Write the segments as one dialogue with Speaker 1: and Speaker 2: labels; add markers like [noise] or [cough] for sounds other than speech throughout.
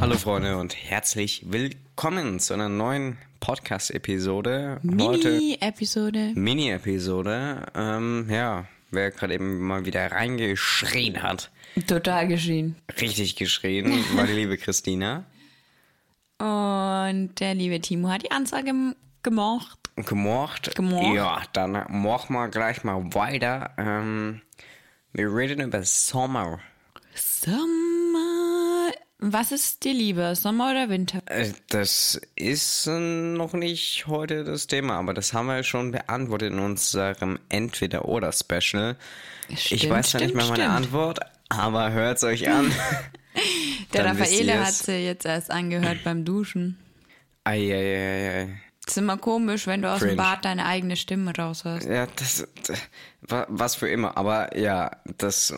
Speaker 1: Hallo Freunde und herzlich willkommen zu einer neuen Podcast-Episode. Heute
Speaker 2: Mini-Episode.
Speaker 1: Mini-Episode. Ähm, ja, wer gerade eben mal wieder reingeschrien hat,
Speaker 2: Total geschrien.
Speaker 1: richtig geschrien, war die liebe Christina.
Speaker 2: Und der liebe Timo hat die Ansage m- gemocht.
Speaker 1: Gemorcht.
Speaker 2: Gemorcht.
Speaker 1: Ja, dann morch mal gleich mal weiter. Ähm, wir reden über Sommer.
Speaker 2: Sommer. Was ist dir lieber, Sommer oder Winter?
Speaker 1: Äh, Das ist äh, noch nicht heute das Thema, aber das haben wir schon beantwortet in unserem Entweder-Oder-Special. ich
Speaker 2: Stimmt,
Speaker 1: weiß ja nicht
Speaker 2: stimmt,
Speaker 1: mehr meine
Speaker 2: stimmt.
Speaker 1: Antwort, aber hört's euch [laughs] an.
Speaker 2: Der
Speaker 1: dann wisst ihr
Speaker 2: Raffaele hat
Speaker 1: es.
Speaker 2: sie jetzt erst angehört beim Duschen.
Speaker 1: Eieieiei.
Speaker 2: Ist immer komisch, wenn du aus
Speaker 1: Cringe.
Speaker 2: dem Bad deine eigene Stimme raushörst.
Speaker 1: Ja, das, das wa- was für immer, aber ja, das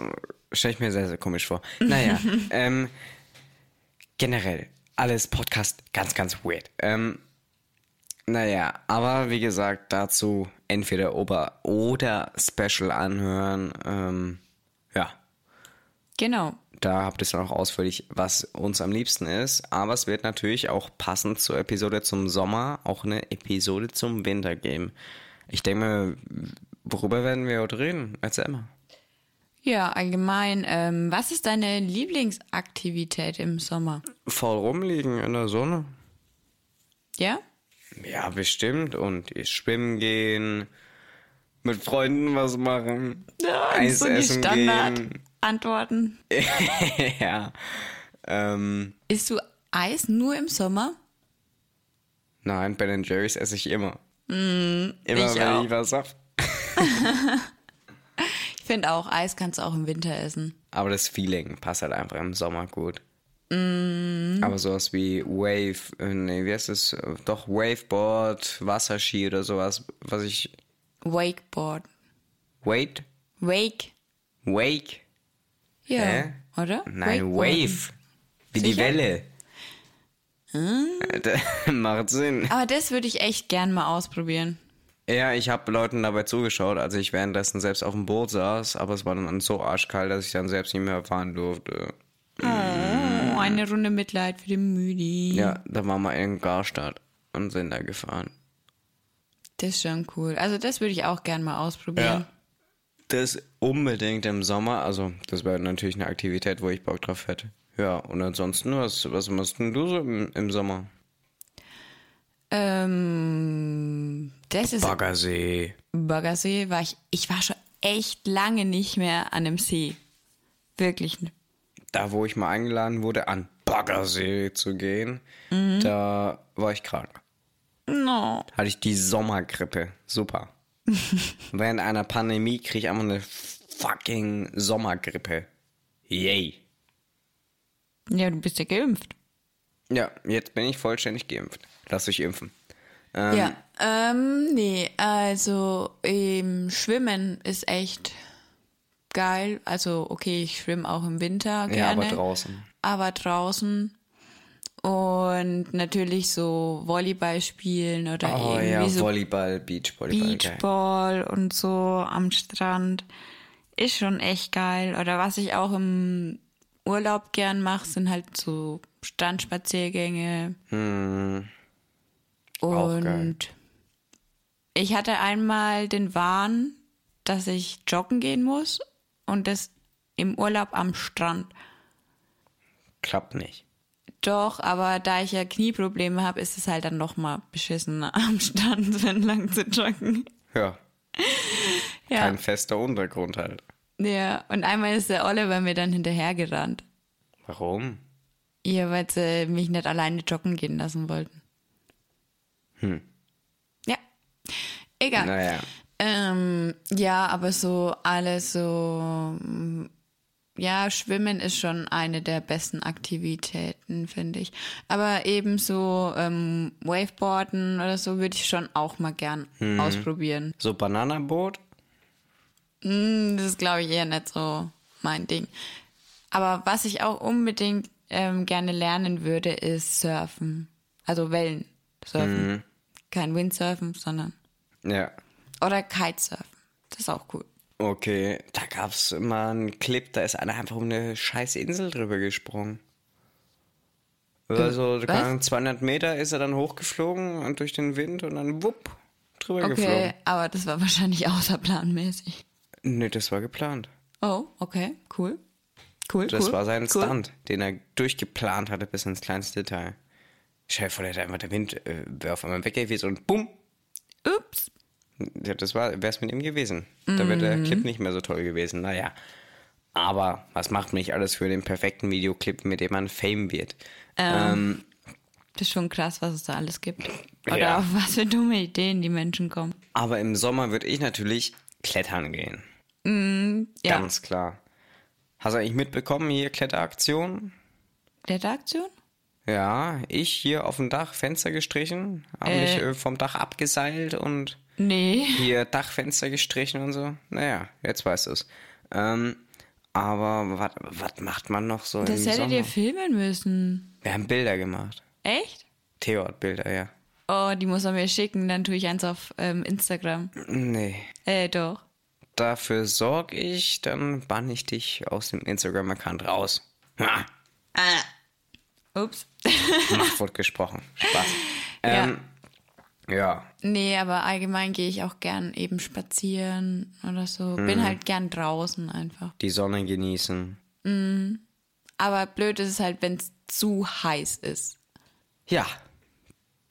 Speaker 1: stelle ich mir sehr, sehr komisch vor. Naja, [laughs] ähm, generell, alles Podcast ganz, ganz weird. Ähm, naja, aber wie gesagt, dazu entweder Ober- oder Special anhören. Ähm, ja,
Speaker 2: Genau.
Speaker 1: Da habt ihr es dann auch ausführlich, was uns am liebsten ist. Aber es wird natürlich auch passend zur Episode zum Sommer auch eine Episode zum Winter geben. Ich denke mal, worüber werden wir heute reden? Erzähl mal.
Speaker 2: Ja, allgemein. Ähm, was ist deine Lieblingsaktivität im Sommer?
Speaker 1: Faul rumliegen in der Sonne.
Speaker 2: Ja?
Speaker 1: Ja, bestimmt. Und schwimmen gehen, mit Freunden was machen, Eis
Speaker 2: so die
Speaker 1: essen gehen.
Speaker 2: Standardantworten.
Speaker 1: ja. Ähm,
Speaker 2: Isst du Eis nur im Sommer?
Speaker 1: nein, Ben Jerry's esse ich immer. immer
Speaker 2: ich
Speaker 1: wenn
Speaker 2: auch.
Speaker 1: Mhm. ich was hab.
Speaker 2: Ich finde auch, Eis kannst du auch im Winter essen.
Speaker 1: Aber das Feeling passt halt einfach im Sommer gut. Aber sowas wie Wave, äh, nee, wie heißt es? Äh, Doch, Waveboard, Wasserski oder sowas, was ich.
Speaker 2: Wakeboard.
Speaker 1: Wait?
Speaker 2: Wake.
Speaker 1: Wake?
Speaker 2: Ja.
Speaker 1: Hä?
Speaker 2: Oder?
Speaker 1: Nein,
Speaker 2: Wakeboarden.
Speaker 1: Wave. Wie die
Speaker 2: Sicher?
Speaker 1: Welle. Äh, da- [laughs] Macht Sinn.
Speaker 2: Aber das würde ich echt gern mal ausprobieren.
Speaker 1: Ja, ich habe Leuten dabei zugeschaut, als ich währenddessen selbst auf dem Boot saß, aber es war dann so arschkalt, dass ich dann selbst nicht mehr fahren durfte.
Speaker 2: Oh, eine Runde Mitleid für den Müdi.
Speaker 1: Ja, da waren wir in Garstadt und sind da gefahren.
Speaker 2: Das ist schon cool. Also das würde ich auch gern mal ausprobieren.
Speaker 1: Das unbedingt im Sommer, also das wäre natürlich eine Aktivität, wo ich Bock drauf hätte. Ja, und ansonsten, was, was machst denn du so im, im Sommer?
Speaker 2: Ähm, das ist
Speaker 1: Baggersee.
Speaker 2: Baggersee. War ich, ich war schon echt lange nicht mehr an einem See. Wirklich. n-
Speaker 1: Da, wo ich mal eingeladen wurde, an Baggersee zu gehen, da war ich krank.
Speaker 2: No.
Speaker 1: Hatte ich die Sommergrippe. Super. Während einer Pandemie kriege ich einfach eine fucking Sommergrippe. Yay.
Speaker 2: Ja, du bist ja geimpft.
Speaker 1: Ja, jetzt bin ich vollständig geimpft. Lass dich impfen.
Speaker 2: Ja, ähm, nee, also ähm, Schwimmen ist echt geil. Also okay, ich schwimme auch im Winter gerne.
Speaker 1: Ja, aber draußen.
Speaker 2: Aber draußen und natürlich so Volleyball spielen oder
Speaker 1: Oh
Speaker 2: irgendwie
Speaker 1: ja,
Speaker 2: so
Speaker 1: Volleyball, Beachvolleyball. geil.
Speaker 2: Beachball und so am Strand. Ist schon echt geil. Oder was ich auch im Urlaub gern mache, sind halt so Strandspaziergänge.
Speaker 1: Hm. Auch
Speaker 2: und
Speaker 1: geil.
Speaker 2: ich hatte einmal den Wahn, dass ich joggen gehen muss und das im Urlaub am Strand.
Speaker 1: Klappt nicht.
Speaker 2: Doch, aber da ich ja Knieprobleme habe, ist es halt dann nochmal beschissen, [laughs] am Strand entlang zu joggen.
Speaker 1: Ja,
Speaker 2: Ja.
Speaker 1: kein fester Untergrund halt.
Speaker 2: Ja, und einmal ist der Oliver mir dann hinterhergerannt.
Speaker 1: Warum?
Speaker 2: Ja, weil sie äh, mich nicht alleine joggen gehen lassen wollten. Hm. Ja. Egal.
Speaker 1: Naja,
Speaker 2: Ähm, ja, aber so alles so. mm, Ja, Schwimmen ist schon eine der besten Aktivitäten, finde ich. Aber eben so ähm, Waveboarden oder so würde ich schon auch mal gern ausprobieren.
Speaker 1: so Bananaboot?
Speaker 2: Mm, Das ist, glaube ich, eher nicht so mein Ding. Aber was ich auch unbedingt ähm, gerne lernen würde, ist Surfen. Also Wellen surfen.
Speaker 1: Mhm.
Speaker 2: Kein Windsurfen, sondern.
Speaker 1: Ja.
Speaker 2: Oder Kitesurfen. Das ist auch cool.
Speaker 1: Okay, da gab's immer einen Clip, da ist einer einfach um eine scheiß Insel drüber gesprungen. Also,
Speaker 2: Äh, Was?
Speaker 1: keine Ahnung, 200 Meter ist er dann hochgeflogen und durch den Wind und dann wupp, drüber
Speaker 2: Okay,
Speaker 1: geflogen.
Speaker 2: aber das war [laughs] wahrscheinlich außerplanmäßig.
Speaker 1: Nee, das war geplant.
Speaker 2: Oh, okay, cool. Cool,
Speaker 1: Das
Speaker 2: cool,
Speaker 1: war sein
Speaker 2: cool.
Speaker 1: Stunt, den er durchgeplant hatte bis ins kleinste Detail. Stell dir vor, der hätte einfach der Wind äh, wäre auf einmal weg gewesen und bumm.
Speaker 2: Ups.
Speaker 1: Ja, das war, wäre es mit ihm gewesen. Da wäre
Speaker 2: Mhm.
Speaker 1: der Clip nicht mehr so toll gewesen. Naja. Aber was macht mich alles für den perfekten Videoclip, mit dem man Fame wird? Ähm,
Speaker 2: Das ist schon krass, was es da alles gibt. Oder
Speaker 1: Ja.
Speaker 2: auf was für dumme Ideen die Menschen kommen.
Speaker 1: aber im Sommer würde ich natürlich klettern gehen.
Speaker 2: Mhm, Ja,
Speaker 1: Ganz klar. Hast du eigentlich mitbekommen, hier Kletteraktion?
Speaker 2: Kletteraktion?
Speaker 1: Ja, ich hier auf dem Dach Fenster gestrichen, habe mich äh, vom Dach abgeseilt und
Speaker 2: Nee.
Speaker 1: hier Dachfenster gestrichen und so. Naja, jetzt weißt du es. Ähm, aber was macht man noch so
Speaker 2: Das
Speaker 1: im
Speaker 2: hättet
Speaker 1: Sommer?
Speaker 2: ihr filmen müssen.
Speaker 1: Wir haben Bilder gemacht.
Speaker 2: Echt?
Speaker 1: Theo hat Bilder, ja.
Speaker 2: Oh, die muss er mir schicken, dann tue ich eins auf ähm, Instagram.
Speaker 1: Nee.
Speaker 2: Äh, doch.
Speaker 1: Dafür sorge ich, dann bann ich dich aus dem Instagram-Account raus. Ha,
Speaker 2: Ups. [laughs]
Speaker 1: Machtwort gesprochen. Spaß. Ähm, ja.
Speaker 2: Nee, aber allgemein gehe ich auch gern eben spazieren oder so. Bin halt gern draußen einfach.
Speaker 1: die Sonne genießen.
Speaker 2: Aber blöd ist es halt, wenn es zu heiß ist.
Speaker 1: Ja.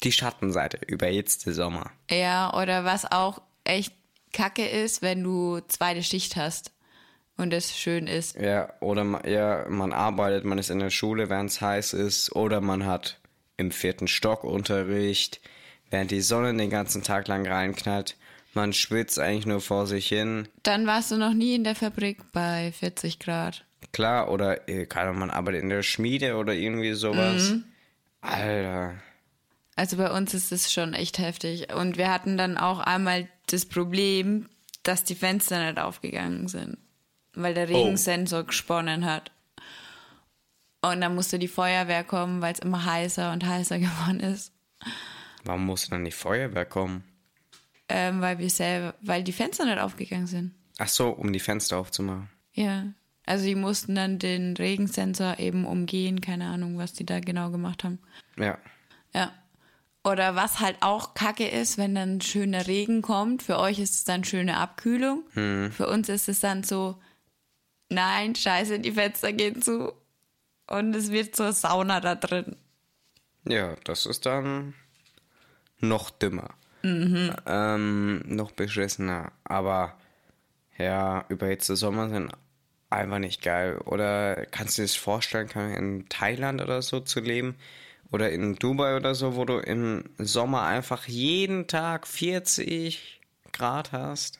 Speaker 1: Die Schattenseite, überhitzte Sommer.
Speaker 2: Ja, oder was auch echt kacke ist, wenn du zweite Schicht hast und es schön ist.
Speaker 1: Ja, oder ma- ja, man arbeitet, man ist in der Schule, während es heiß ist, oder man hat im vierten Stock Unterricht, während die Sonne den ganzen Tag lang reinknallt. Man schwitzt eigentlich nur vor sich hin.
Speaker 2: Dann warst du noch nie in der Fabrik bei 40 Grad.
Speaker 1: Klar, oder äh, keine Ahnung, man arbeitet in der Schmiede oder irgendwie sowas. Alter.
Speaker 2: Also bei uns ist es schon echt heftig. Und wir hatten dann auch einmal das Problem, dass die Fenster nicht aufgegangen sind, weil der Regensensor gesponnen hat. Und dann musste die Feuerwehr kommen, weil es immer heißer und heißer [laughs] geworden ist,
Speaker 1: Warum muss dann die Feuerwehr kommen?
Speaker 2: ähm, weil wir selber, weil die Fenster nicht aufgegangen sind.
Speaker 1: Ach so, um die Fenster aufzumachen.
Speaker 2: Ja. Also die mussten dann den Regensensor eben umgehen, keine Ahnung, was die da genau gemacht haben.
Speaker 1: Ja.
Speaker 2: Ja. Oder was halt auch kacke ist, wenn dann schöner Regen kommt. Für euch ist es dann schöne Abkühlung.
Speaker 1: Hm.
Speaker 2: Für uns ist es dann so, nein, scheiße, die Fenster gehen zu. Und es wird zur Sauna da drin.
Speaker 1: Ja, das ist dann noch dümmer. Ähm, noch beschissener. Aber ja, überhitzte Sommer sind einfach nicht geil. Oder kannst du dir das vorstellen, kann in Thailand oder so zu leben? Oder in Dubai oder so, wo du im Sommer einfach jeden Tag 40 Grad hast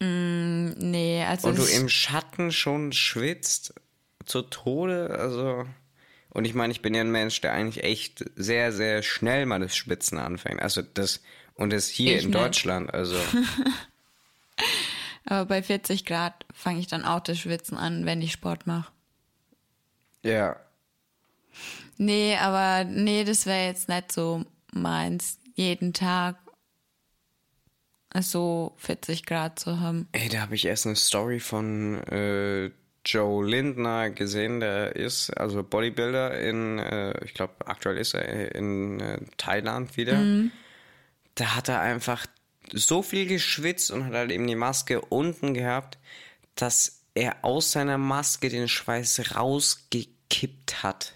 Speaker 2: Nee, also
Speaker 1: und du
Speaker 2: es-
Speaker 1: im Schatten schon schwitzt zu Tode, also. Und ich meine, ich bin ja ein Mensch, der eigentlich echt sehr, sehr schnell mal das Schwitzen anfängt. Also das, und das hier
Speaker 2: Ich
Speaker 1: in
Speaker 2: nicht.
Speaker 1: Deutschland,
Speaker 2: [laughs]
Speaker 1: also.
Speaker 2: aber bei 40 Grad fange ich dann auch das Schwitzen an, wenn ich Sport mache.
Speaker 1: ja.
Speaker 2: Nee, aber nee, das wäre jetzt nicht so meins, jeden Tag so 40 Grad zu haben.
Speaker 1: Ey, da habe ich erst eine Story von äh, Joe Lindner gesehen, der ist, also Bodybuilder in, äh, ich glaube, aktuell ist er in äh, Thailand wieder.
Speaker 2: Mhm.
Speaker 1: Da hat er einfach so viel geschwitzt und hat halt eben die Maske unten gehabt, dass er aus seiner Maske den Schweiß rausgekippt hat.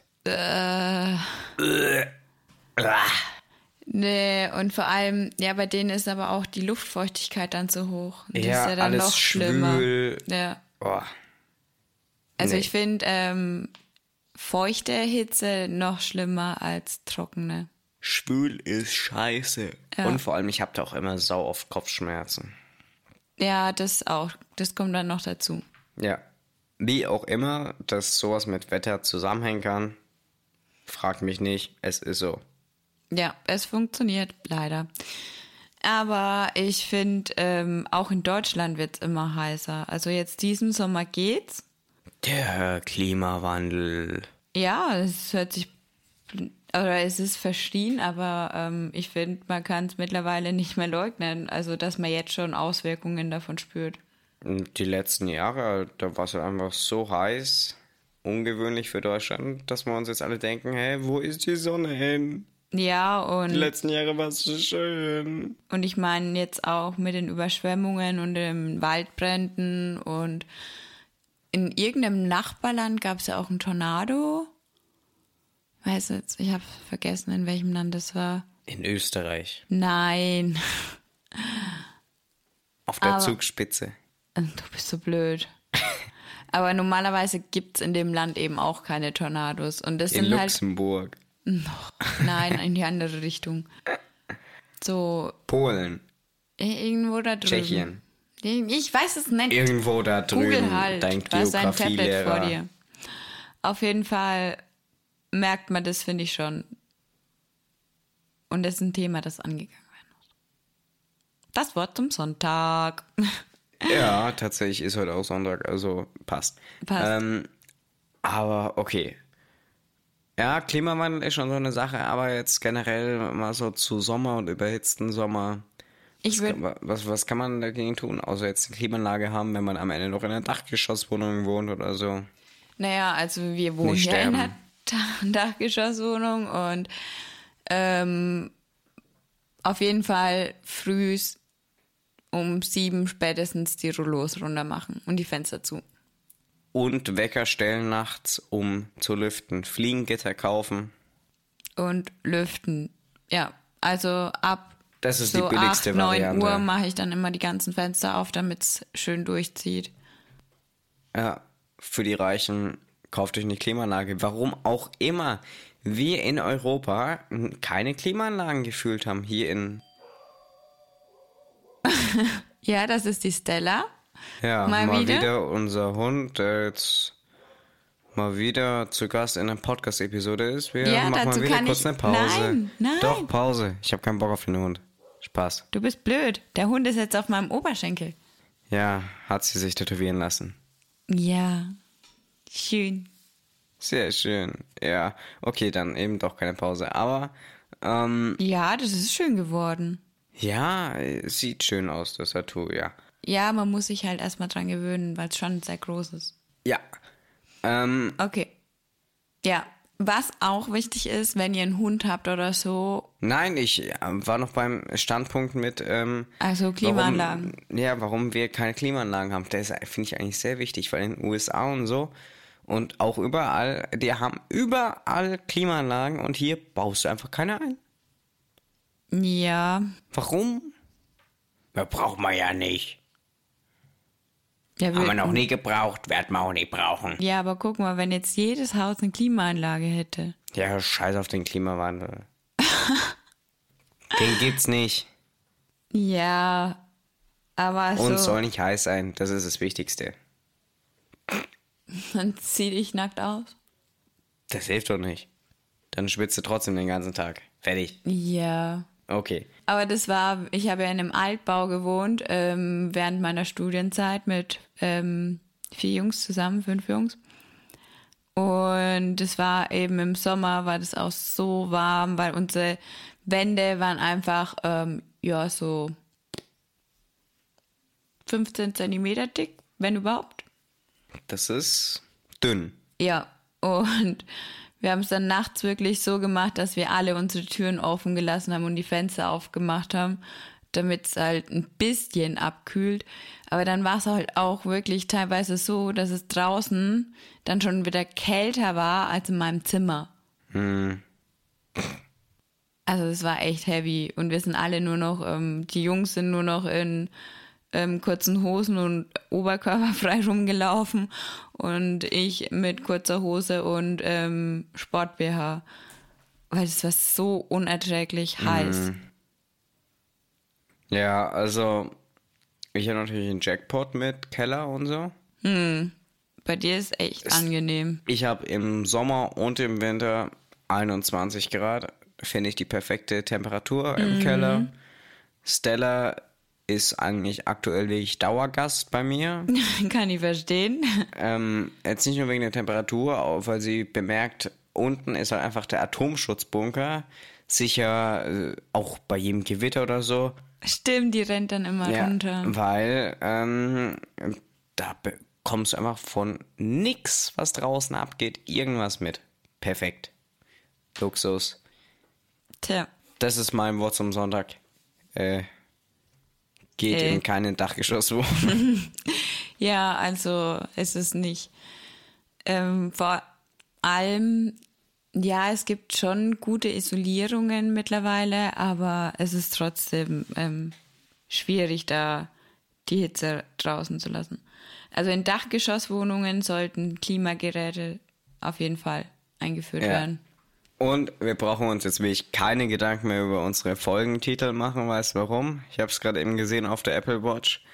Speaker 2: Nee, und vor allem, ja, bei denen ist aber auch die Luftfeuchtigkeit dann zu hoch. Und
Speaker 1: Ja,
Speaker 2: das ist ja dann
Speaker 1: alles
Speaker 2: noch schlimmer.
Speaker 1: schwül.
Speaker 2: Ja.
Speaker 1: Oh,
Speaker 2: Also
Speaker 1: Nee.
Speaker 2: ich finde ähm, feuchte Hitze noch schlimmer als trockene.
Speaker 1: schwül ist scheiße.
Speaker 2: Ja.
Speaker 1: Und vor allem, ich habe da auch immer sau oft Kopfschmerzen.
Speaker 2: Ja, das auch. Das kommt dann noch dazu.
Speaker 1: Ja. Wie auch immer, dass sowas mit Wetter zusammenhängen kann, fragt mich nicht. Es ist so.
Speaker 2: Ja, es funktioniert, leider. Aber ich finde, ähm, auch in Deutschland wird es immer heißer. Also jetzt diesen Sommer geht's.
Speaker 1: Der Klimawandel.
Speaker 2: Ja, es hört sich oder es ist verschrien, aber ähm, ich finde, man kann es mittlerweile nicht mehr leugnen. Also, dass man jetzt schon Auswirkungen davon spürt.
Speaker 1: Die letzten Jahre, da war es halt einfach so heiß ungewöhnlich für Deutschland, dass wir uns jetzt alle denken, hey, wo ist die Sonne hin?
Speaker 2: Ja, und,
Speaker 1: Die letzten Jahre war es so schön.
Speaker 2: und ich meine jetzt auch mit den Überschwemmungen und den Waldbränden und in irgendeinem Nachbarland gab es ja auch einen Tornado. Weiß jetzt, ich habe vergessen, in welchem Land das war.
Speaker 1: In Österreich.
Speaker 2: Nein.
Speaker 1: Auf der Zugspitze.
Speaker 2: Äh, Du bist so blöd. Aber normalerweise gibt es in dem Land eben auch keine Tornados. Und das
Speaker 1: In
Speaker 2: sind halt.
Speaker 1: Luxemburg.
Speaker 2: Noch. Nein, in die andere Richtung. So,
Speaker 1: Polen.
Speaker 2: eh, irgendwo da drüben.
Speaker 1: Tschechien.
Speaker 2: Ich weiß es nicht.
Speaker 1: Irgendwo da drüben.
Speaker 2: Google halt.
Speaker 1: Dein
Speaker 2: du hast ein Tablet vor
Speaker 1: Geografielehrer.
Speaker 2: dir. Auf jeden Fall merkt man das, finde ich schon. Und das ist ein Thema, das angegangen werden muss. Das Wort zum Sonntag. [laughs]
Speaker 1: Ja, tatsächlich ist heute auch Sonntag, also passt.
Speaker 2: Passt.
Speaker 1: Ähm, aber okay. Ja, Klimawandel ist schon so eine Sache, aber jetzt generell mal so zu Sommer und überhitzten Sommer.
Speaker 2: Ich würde
Speaker 1: Was, was kann man dagegen tun, außer jetzt eine Klimaanlage haben, wenn man am Ende noch in einer Dachgeschosswohnung wohnt oder so?
Speaker 2: Naja, also wir wohnen
Speaker 1: Nicht
Speaker 2: hier in einer
Speaker 1: sterben.
Speaker 2: [laughs] Dach- Dachgeschosswohnung und ähm, auf jeden Fall früh um sieben spätestens die Rollos runter machen und die Fenster zu.
Speaker 1: Und Wecker stellen nachts, um zu lüften. Fliegengitter kaufen.
Speaker 2: Und lüften. Ja, also ab
Speaker 1: Das ist
Speaker 2: so
Speaker 1: die billigste
Speaker 2: 8, 9
Speaker 1: Variante.
Speaker 2: Uhr mache ich dann immer die ganzen Fenster auf, damit es schön durchzieht.
Speaker 1: Ja, für die Reichen kauft euch eine Klimaanlage. Warum auch immer wir in Europa keine Klimaanlagen gefühlt haben. Hier in.
Speaker 2: Ja, das ist die Stella.
Speaker 1: Ja, mal,
Speaker 2: Mal
Speaker 1: wieder?
Speaker 2: wieder?
Speaker 1: unser Hund, der jetzt mal wieder zu Gast in einer Podcast-Episode ist. Wir
Speaker 2: Ja,
Speaker 1: machen
Speaker 2: dazu
Speaker 1: mal wieder
Speaker 2: kann
Speaker 1: kurz
Speaker 2: ich-
Speaker 1: eine Pause.
Speaker 2: Nein, nein.
Speaker 1: Doch, Pause. Ich habe keinen Bock auf den Hund. Spaß.
Speaker 2: Du bist blöd. Der Hund ist jetzt auf meinem Oberschenkel.
Speaker 1: Ja, hat sie sich tätowieren lassen.
Speaker 2: Ja, schön.
Speaker 1: Sehr schön. Ja, okay, dann eben doch keine Pause. Aber
Speaker 2: Ja, das ist schön geworden.
Speaker 1: ja, äh, sieht schön aus, das Tattoo, ja.
Speaker 2: Ja, man muss sich halt erstmal dran gewöhnen, weil es schon sehr groß ist.
Speaker 1: Ja. Ähm,
Speaker 2: Okay. Ja. Was auch wichtig ist, wenn ihr einen Hund habt oder so,
Speaker 1: nein, ich äh, war noch beim Standpunkt mit. Ähm,
Speaker 2: also Klimaanlagen.
Speaker 1: Warum, ja, warum wir keine Klimaanlagen haben. Das finde ich eigentlich sehr wichtig, weil in den USA und so und auch überall, die haben überall Klimaanlagen und hier baust du einfach keine ein.
Speaker 2: Ja.
Speaker 1: Warum? Ja, braucht man ja nicht.
Speaker 2: Ja, wir-
Speaker 1: nie gebraucht, wird man auch nie brauchen.
Speaker 2: ja, aber guck mal, wenn jetzt jedes Haus eine Klimaanlage hätte.
Speaker 1: Ja, scheiß auf den
Speaker 2: [laughs]
Speaker 1: Klimawandel. den gibt's nicht.
Speaker 2: Ja. Aber also,
Speaker 1: Und
Speaker 2: so,
Speaker 1: soll nicht heiß sein, das ist das Wichtigste.
Speaker 2: [laughs] dann zieh dich nackt aus.
Speaker 1: Das hilft doch nicht. Dann schwitzt du trotzdem den ganzen Tag. Fertig.
Speaker 2: Ja.
Speaker 1: Okay.
Speaker 2: Aber das war, ich habe ja in einem Altbau gewohnt, ähm, während meiner Studienzeit mit ähm, vier Jungs zusammen, fünf Jungs. Und das war eben im Sommer, war das auch so warm, weil unsere Wände waren einfach, ähm, ja, so 15 Zentimeter dick, wenn überhaupt.
Speaker 1: Das ist dünn.
Speaker 2: Ja, und wir haben es dann nachts wirklich so gemacht, dass wir alle unsere Türen offen gelassen haben und die Fenster aufgemacht haben, damit es halt ein bisschen abkühlt. Aber dann war es halt auch wirklich teilweise so, dass es draußen dann schon wieder kälter war als in meinem Zimmer. Also es war echt heavy und wir sind alle nur noch, ähm, die Jungs sind nur noch in ähm, kurzen Hosen und oberkörperfrei [laughs] rumgelaufen und ich mit kurzer Hose und ähm, Sport-BH. Weil es war so unerträglich heiß.
Speaker 1: Ja, also ich habe natürlich einen Jackpot mit Keller und so.
Speaker 2: Bei dir ist echt angenehm. [laughs]
Speaker 1: Ich habe im Sommer und im Winter 21 Grad. Finde ich die perfekte Temperatur im Keller. Stella ist eigentlich aktuell wirklich Dauergast bei mir.
Speaker 2: Kann ich verstehen. [laughs]
Speaker 1: Ähm, jetzt nicht nur wegen der Temperatur, auch weil sie bemerkt, unten ist halt einfach der Atomschutzbunker. Sicher äh, auch bei jedem Gewitter oder so.
Speaker 2: Stimmt, die rennt dann immer runter.
Speaker 1: Weil ähm, da be- kommst du einfach von nix, was draußen abgeht, irgendwas mit. Perfekt. Luxus.
Speaker 2: Tja.
Speaker 1: Das ist mein Wort zum Sonntag. Äh, geht
Speaker 2: Äh.
Speaker 1: in keinen Dachgeschosswohnung.
Speaker 2: Ja, also ist es nicht. Ähm, vor allem, ja, es gibt schon gute Isolierungen mittlerweile, aber es ist trotzdem ähm, schwierig, da die Hitze draußen zu lassen. Also in Dachgeschosswohnungen sollten Klimageräte auf jeden Fall eingeführt
Speaker 1: Ja.
Speaker 2: werden.
Speaker 1: Und wir brauchen uns jetzt wirklich keine Gedanken mehr über unsere Folgentitel machen. Weißt du warum? Ich habe es gerade eben gesehen auf der Apple Watch.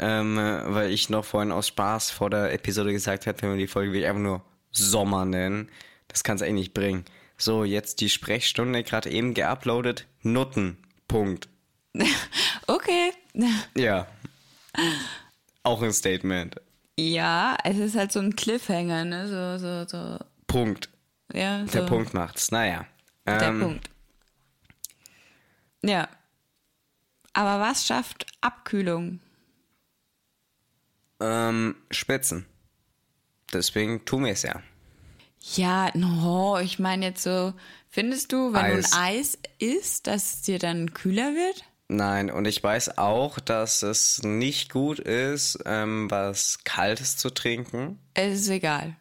Speaker 1: Ähm, äh, weil ich noch vorhin aus Spaß vor der Episode gesagt hätte, wenn wir die Folge wirklich einfach nur Sommer nennen. Das kann es eigentlich nicht bringen. So, jetzt die Sprechstunde gerade eben geuploadet. Nutten. Punkt.
Speaker 2: Okay. [laughs]
Speaker 1: Ja. Auch ein Statement.
Speaker 2: Ja, es ist halt so ein Cliffhanger, ne? So, so, so.
Speaker 1: Punkt.
Speaker 2: Ja, so.
Speaker 1: Der Punkt macht's. Naja.
Speaker 2: Der
Speaker 1: Ähm,
Speaker 2: Punkt. Ja. Aber was schafft Abkühlung?
Speaker 1: Ähm, Spitzen. Deswegen tun wir es ja.
Speaker 2: Ja, no, ich meine jetzt so, findest du, wenn
Speaker 1: Eis.
Speaker 2: du ein Eis isst, dass es dir dann kühler wird?
Speaker 1: Nein, und ich weiß auch, dass es nicht gut ist, ähm, was Kaltes zu trinken.
Speaker 2: Es ist egal.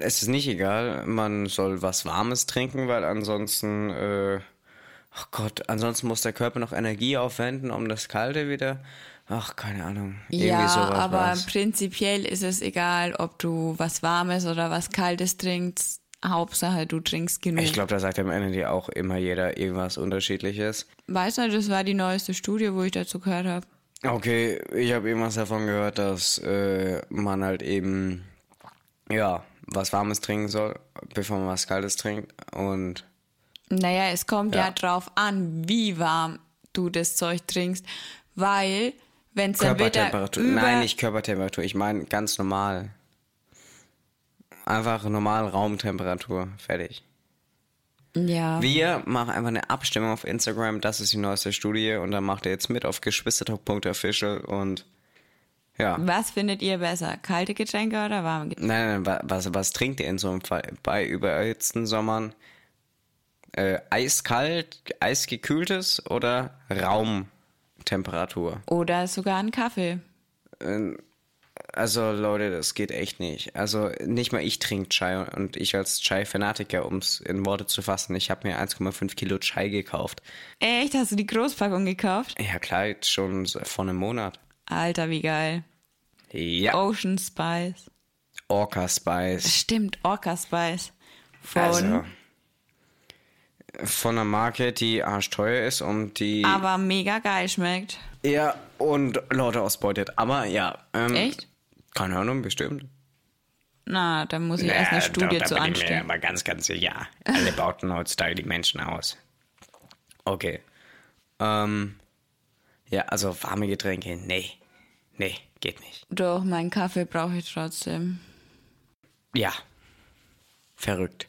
Speaker 1: Es ist nicht egal, man soll was Warmes trinken, weil ansonsten, äh, ach Gott, ansonsten muss der Körper noch Energie aufwenden, um das Kalte wieder. Ach, keine Ahnung. Irgendwie
Speaker 2: ja,
Speaker 1: sowas
Speaker 2: aber
Speaker 1: war's.
Speaker 2: prinzipiell ist es egal, ob du was Warmes oder was Kaltes trinkst. Hauptsache, du trinkst genug.
Speaker 1: Ich glaube, da sagt am Ende auch immer jeder irgendwas Unterschiedliches.
Speaker 2: Weißt du, das war die neueste Studie, wo ich dazu gehört habe.
Speaker 1: Okay, ich habe irgendwas davon gehört, dass äh, man halt eben ja was Warmes trinken soll, bevor man was Kaltes trinkt. Und
Speaker 2: Naja, es kommt ja.
Speaker 1: Ja.
Speaker 2: drauf an, wie warm du das Zeug trinkst, weil wenn es dann wieder
Speaker 1: Körpertemperatur.
Speaker 2: über...
Speaker 1: Nein, nicht Körpertemperatur. Ich meine ganz normal. Einfach normal Raumtemperatur. Fertig.
Speaker 2: Ja,
Speaker 1: Wir machen einfach eine Abstimmung auf Instagram. Das ist die neueste Studie. Und dann macht ihr jetzt mit auf geschwistertalk.official. Und ja.
Speaker 2: was findet ihr besser, kalte Getränke oder warme Getränke?
Speaker 1: Nein, nein, wa- was, was trinkt ihr in so einem Fall bei überhitzten Sommern? Äh, eiskalt, eisgekühltes oder Raumtemperatur?
Speaker 2: Oder sogar einen Kaffee.
Speaker 1: Also Leute, das geht echt nicht. Also nicht mal ich trinke Chai und ich als Chai-Fanatiker, um es in Worte zu fassen, ich habe mir 1,5 Kilo Chai gekauft.
Speaker 2: Echt, hast du die Großpackung gekauft?
Speaker 1: Ja klar, jetzt schon so vor einem Monat.
Speaker 2: Alter, wie geil.
Speaker 1: Ja,
Speaker 2: Ocean Spice.
Speaker 1: Orca Spice.
Speaker 2: Stimmt, Orca Spice. Von,
Speaker 1: Also, von einer Marke, die arschteuer ist und die...
Speaker 2: aber mega geil schmeckt.
Speaker 1: Ja, und Leute ausbeutet. Aber ja. Ähm,
Speaker 2: Echt?
Speaker 1: Keine Ahnung, bestimmt.
Speaker 2: Na, da muss ich erst eine Studie zu anstellen.
Speaker 1: aber ganz, ganz sicher. Alle bauten heutzutage die Menschen aus. Okay. Ähm, ja, also warme Getränke, nee. Nee, geht nicht.
Speaker 2: Doch, meinen Kaffee brauche ich trotzdem.
Speaker 1: Ja. Verrückt.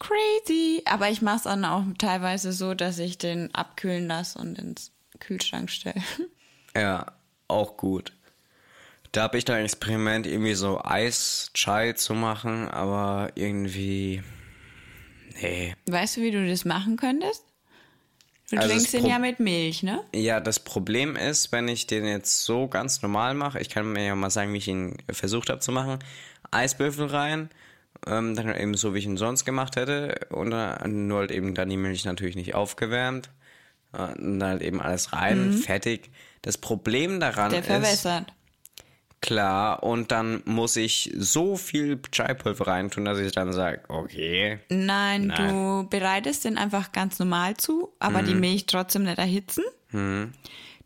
Speaker 2: crazy. Aber ich mache es dann auch teilweise so, dass ich den abkühlen lasse und ins Kühlschrank stelle.
Speaker 1: Ja, auch gut. Da habe ich da ein Experiment, irgendwie so Eis-Chai zu machen, aber irgendwie. Nee.
Speaker 2: [laughs] Weißt du, wie du das machen könntest? Du
Speaker 1: Also
Speaker 2: trinkst
Speaker 1: das
Speaker 2: ihn ja
Speaker 1: Pro-
Speaker 2: mit Milch, ne?
Speaker 1: Ja, das Problem ist, wenn ich den jetzt so ganz normal mache, ich kann mir ja mal sagen, wie ich ihn versucht habe zu machen, Eiswürfel rein, ähm, dann eben so, wie ich ihn sonst gemacht hätte, und dann, nur halt eben dann die Milch natürlich nicht aufgewärmt, äh, und dann halt eben alles rein, fertig. Das Problem daran
Speaker 2: Der
Speaker 1: ist,
Speaker 2: verwässert.
Speaker 1: klar, und dann muss ich so viel Chai-Pulver reintun, dass ich dann sage, okay,
Speaker 2: Nein,
Speaker 1: Nein. Mhm.
Speaker 2: du bereitest den einfach ganz normal zu, aber die Milch trotzdem nicht erhitzen.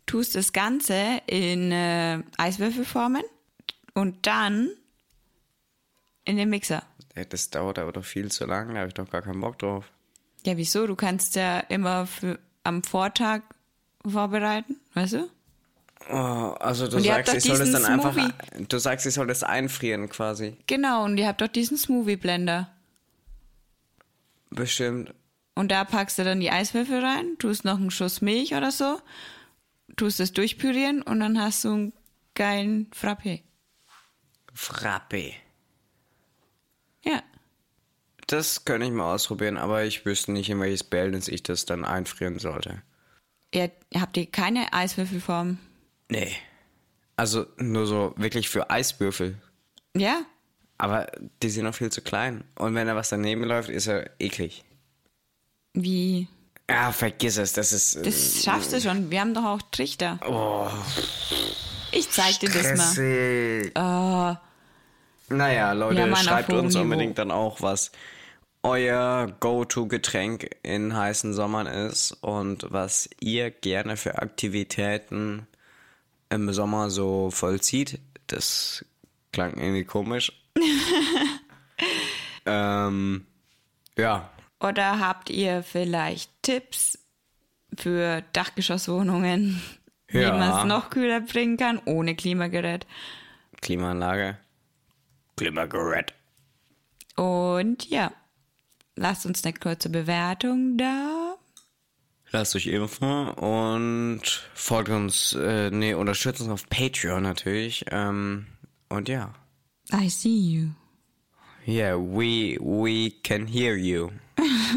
Speaker 2: Tust das Ganze in äh, Eiswürfelformen und dann in den Mixer.
Speaker 1: äh, das dauert aber doch viel zu lang, da habe ich doch gar keinen Bock drauf.
Speaker 2: Ja, wieso? Du kannst ja immer für, am Vortag vorbereiten, weißt du?
Speaker 1: Oh, also du
Speaker 2: Und ihr habt
Speaker 1: sagst,
Speaker 2: doch
Speaker 1: ich soll es
Speaker 2: diesen
Speaker 1: dann einfach.
Speaker 2: Smoothie.
Speaker 1: Du sagst, ich soll das einfrieren quasi.
Speaker 2: Genau, und ihr habt doch diesen Smoothie-Blender.
Speaker 1: Bestimmt.
Speaker 2: Und da packst du dann die Eiswürfel rein, tust noch einen Schuss Milch oder so, tust es durchpürieren und dann hast du einen geilen Frappé.
Speaker 1: Frappe.
Speaker 2: Ja.
Speaker 1: Das könnte ich mal ausprobieren, aber ich wüsste nicht, in welches Behältnis ich das dann einfrieren sollte.
Speaker 2: Ihr habt ihr keine Eiswürfelform?
Speaker 1: Nee. Also nur so wirklich für Eiswürfel.
Speaker 2: Ja?
Speaker 1: Aber die sind noch viel zu klein. Und wenn da was daneben läuft, ist er eklig.
Speaker 2: Wie?
Speaker 1: Ja, Ah, vergiss es. Das ist.
Speaker 2: Das schaffst du schon. Wir haben doch auch Trichter.
Speaker 1: oh,
Speaker 2: Ich zeig dir das mal.
Speaker 1: stressig. Naja, Leute,
Speaker 2: Ja, Mann, auf
Speaker 1: schreibt
Speaker 2: hohem
Speaker 1: uns
Speaker 2: Niveau.
Speaker 1: unbedingt dann auch, was euer Go-To-Getränk in heißen Sommern ist und was ihr gerne für Aktivitäten im Sommer so vollzieht. Das klang irgendwie komisch. ähm, ja,
Speaker 2: Oder habt ihr vielleicht Tipps für Dachgeschosswohnungen, [laughs]
Speaker 1: Ja.
Speaker 2: wie man es noch kühler bringen kann, ohne Klimagerät?
Speaker 1: Klimaanlage. Klimagerät.
Speaker 2: Und ja, lasst uns eine kurze Bewertung da.
Speaker 1: Lasst euch impfen und folgt uns, äh, nee, unterstützt uns auf Patreon natürlich. Ähm, und ja.
Speaker 2: I see you.
Speaker 1: Yeah, we, we can hear you.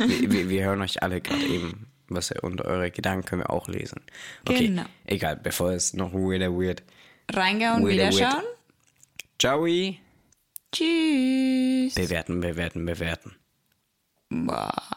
Speaker 1: wir, wir, wir hören euch alle gerade eben. Was ihr und eure Gedanken können wir auch lesen. Okay,
Speaker 2: Genau.
Speaker 1: egal, bevor es noch weirder weird.
Speaker 2: Reingehen und
Speaker 1: Weirder
Speaker 2: wieder
Speaker 1: weird.
Speaker 2: schauen.
Speaker 1: Ciao.
Speaker 2: Tschüss.
Speaker 1: Bewerten, bewerten, bewerten.
Speaker 2: Boah.